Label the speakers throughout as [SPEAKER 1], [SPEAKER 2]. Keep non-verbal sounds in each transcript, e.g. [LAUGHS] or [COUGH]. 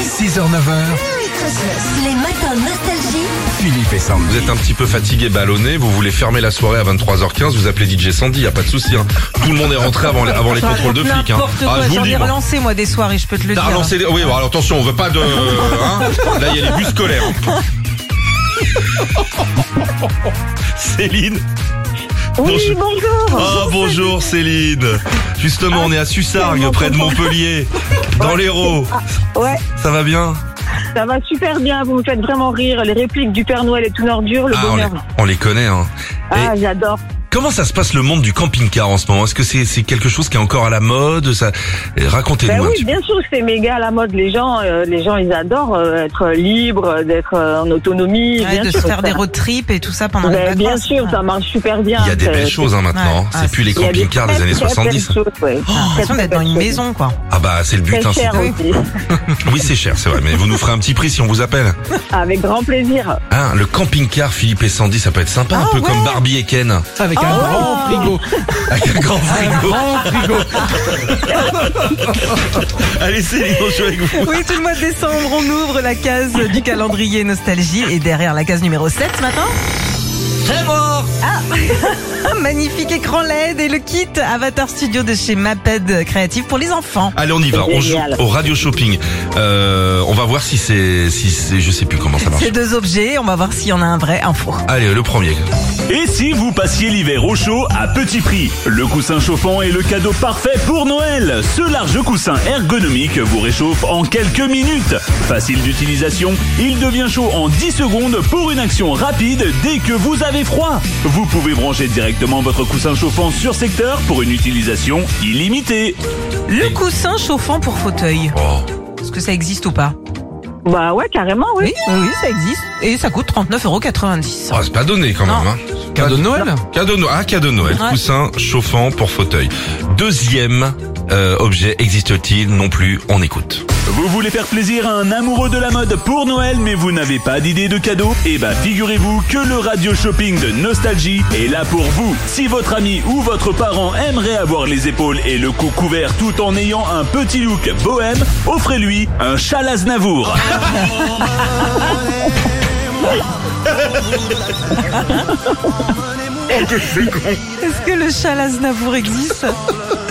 [SPEAKER 1] 6h-9h,
[SPEAKER 2] Les matins nostalgie.
[SPEAKER 1] Philippe et Sandy.
[SPEAKER 3] Vous êtes un petit peu fatigué, ballonné, vous voulez fermer la soirée à 23h15, vous appelez DJ Sandy, y a pas de souci. hein. Tout le monde est rentré avant les, avant les contrôles de flics. hein.
[SPEAKER 4] N'importe quoi,
[SPEAKER 3] je vous
[SPEAKER 4] j'en
[SPEAKER 3] le dis,
[SPEAKER 4] ai
[SPEAKER 3] moi.
[SPEAKER 4] relancé moi des soirées, je peux te le
[SPEAKER 3] T'as
[SPEAKER 4] dire.
[SPEAKER 3] relancé les- Oui, bon, alors attention, on veut pas de. hein. Là, il y a les bus scolaires. [LAUGHS] Céline.
[SPEAKER 5] Oui,
[SPEAKER 3] Bonjour.
[SPEAKER 5] bonjour.
[SPEAKER 3] Ah bonjour Céline. Justement, on est à Sussargues, près de Montpellier, dans l'Hérault.
[SPEAKER 5] Ouais,
[SPEAKER 3] Ça va bien
[SPEAKER 5] ça va super bien. Vous me faites vraiment rire. Les répliques du Père Noël et tout ordure, le
[SPEAKER 3] Ah, on les,
[SPEAKER 5] bonheur.
[SPEAKER 3] on les connaît. Hein. Et-
[SPEAKER 5] Ah, j'adore.
[SPEAKER 3] Comment ça se passe le monde du camping-car en ce moment Est-ce que c'est c'est quelque chose qui est encore à la mode Ça, eh, racontez-nous.
[SPEAKER 5] Ben
[SPEAKER 3] un
[SPEAKER 5] oui,
[SPEAKER 3] petit peu.
[SPEAKER 5] bien sûr, c'est méga à la mode. Les gens, euh, les gens, ils adorent euh, être libres, euh, d'être euh, en autonomie.
[SPEAKER 4] Ouais,
[SPEAKER 5] bien
[SPEAKER 4] de
[SPEAKER 5] sûr,
[SPEAKER 4] se faire
[SPEAKER 5] ça-
[SPEAKER 4] des road trips et tout ça pendant les
[SPEAKER 5] Ben,
[SPEAKER 4] vacances.
[SPEAKER 5] bien sûr, ça marche super bien.
[SPEAKER 3] Il y a des
[SPEAKER 5] C'est-
[SPEAKER 3] belles choses hein, maintenant.
[SPEAKER 4] ouais,
[SPEAKER 3] c'est
[SPEAKER 4] ouais,
[SPEAKER 3] plus les
[SPEAKER 5] il y a
[SPEAKER 3] camping-cars des
[SPEAKER 5] très,
[SPEAKER 3] années
[SPEAKER 5] très belles
[SPEAKER 3] 70.
[SPEAKER 5] choses, ouais.
[SPEAKER 4] J'ai
[SPEAKER 5] Très,
[SPEAKER 4] l'impression
[SPEAKER 5] très
[SPEAKER 4] Ah, d'être dans
[SPEAKER 5] belles
[SPEAKER 4] une
[SPEAKER 5] choses.
[SPEAKER 4] maison quoi.
[SPEAKER 3] Ah bah c'est le but. hein,
[SPEAKER 5] Très cher
[SPEAKER 3] c'est-
[SPEAKER 5] aussi.
[SPEAKER 3] oui c'est cher, c'est vrai. Mais vous nous ferez un petit prix si on vous appelle.
[SPEAKER 5] Avec grand plaisir.
[SPEAKER 3] Hein, le camping-car Philippe et Sandy, ça peut être sympa, un
[SPEAKER 4] Ah
[SPEAKER 3] peu
[SPEAKER 4] ouais.
[SPEAKER 3] comme Barbie et Ken.
[SPEAKER 1] Avec un grand frigo.
[SPEAKER 3] Avec un grand frigo.
[SPEAKER 1] Grand frigo.
[SPEAKER 3] [LAUGHS] Allez Céline, on joue avec vous.
[SPEAKER 4] [LAUGHS] Oui, tout le mois de décembre, on ouvre la case du calendrier nostalgie et derrière la case numéro 7 ce matin. C'est mort. Ah, [LAUGHS] magnifique écran LED et le kit Avatar Studio de chez Maped Créatif pour les enfants.
[SPEAKER 3] Allez, on y va. On joue
[SPEAKER 5] Génial.
[SPEAKER 3] au radio shopping. Euh, on va voir si c'est, si c'est, je sais plus comment ça marche.
[SPEAKER 4] Ces deux objets, on va voir s'il y en a un vrai, un faux.
[SPEAKER 3] Allez, le premier.
[SPEAKER 6] Et si vous passiez l'hiver au chaud à petit prix Le coussin chauffant est le cadeau parfait pour Noël. Ce large coussin ergonomique vous réchauffe en quelques minutes. Facile d'utilisation, il devient chaud en 10 secondes pour une action rapide dès que vous avez froid. Vous pouvez brancher directement votre coussin chauffant sur secteur pour une utilisation illimitée.
[SPEAKER 4] Le coussin chauffant pour fauteuil.
[SPEAKER 3] Oh.
[SPEAKER 4] Est-ce que ça existe ou pas
[SPEAKER 5] Bah ouais, carrément, oui.
[SPEAKER 4] Oui, oui, ça existe. Et ça coûte 39,90
[SPEAKER 3] Oh,
[SPEAKER 4] euros.
[SPEAKER 3] c'est pas donné quand même.
[SPEAKER 4] Non.
[SPEAKER 3] Hein.
[SPEAKER 1] Cadeau de Noël
[SPEAKER 3] Cadeau de Noël. Ah, cadeau de Noël.
[SPEAKER 4] Ouais.
[SPEAKER 3] Coussin chauffant pour fauteuil. Deuxième euh, objet existe-t-il non plus On
[SPEAKER 4] [LAUGHS]
[SPEAKER 3] écoute.
[SPEAKER 6] Vous voulez faire plaisir à un amoureux de la mode pour Noël mais vous n'avez pas d'idée de cadeau Eh ben figurez-vous que le radio shopping de Nostalgie est là pour vous. Si votre ami ou votre parent aimerait avoir les épaules et le cou couvert tout en ayant un petit look bohème, offrez-lui un châle Aznavour.
[SPEAKER 4] Est-ce que le chat Aznavour existe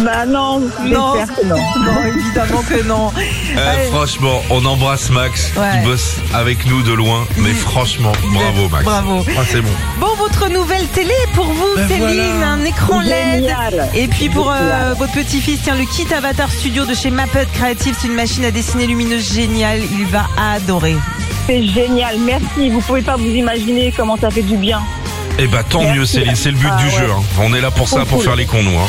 [SPEAKER 5] Bah non,
[SPEAKER 4] Non.
[SPEAKER 5] j'espère que non.
[SPEAKER 4] Non, évidemment que non.
[SPEAKER 3] Euh,
[SPEAKER 4] Allez.
[SPEAKER 3] franchement, on embrasse Max
[SPEAKER 4] Ouais.
[SPEAKER 3] qui bosse avec nous de loin. Mais franchement, bravo Max.
[SPEAKER 4] Bravo.
[SPEAKER 3] Ah, c'est bon.
[SPEAKER 4] Bon, votre nouvelle télé pour vous, Céline, un écran LED.
[SPEAKER 5] Génial.
[SPEAKER 4] Et puis pour euh, votre petit-fils, tiens, le kit Avatar Studio de chez Mapud Creative, c'est une machine à dessiner lumineuse géniale, il va adorer.
[SPEAKER 5] C'est génial. Merci. Vous pouvez pas vous imaginer comment ça fait du bien.
[SPEAKER 3] Eh bah tant mieux Céline, c'est le but
[SPEAKER 5] Ah,
[SPEAKER 3] du
[SPEAKER 5] ouais.
[SPEAKER 3] jeu. hein. On est là pour ça, pour faire les cons nous. hein.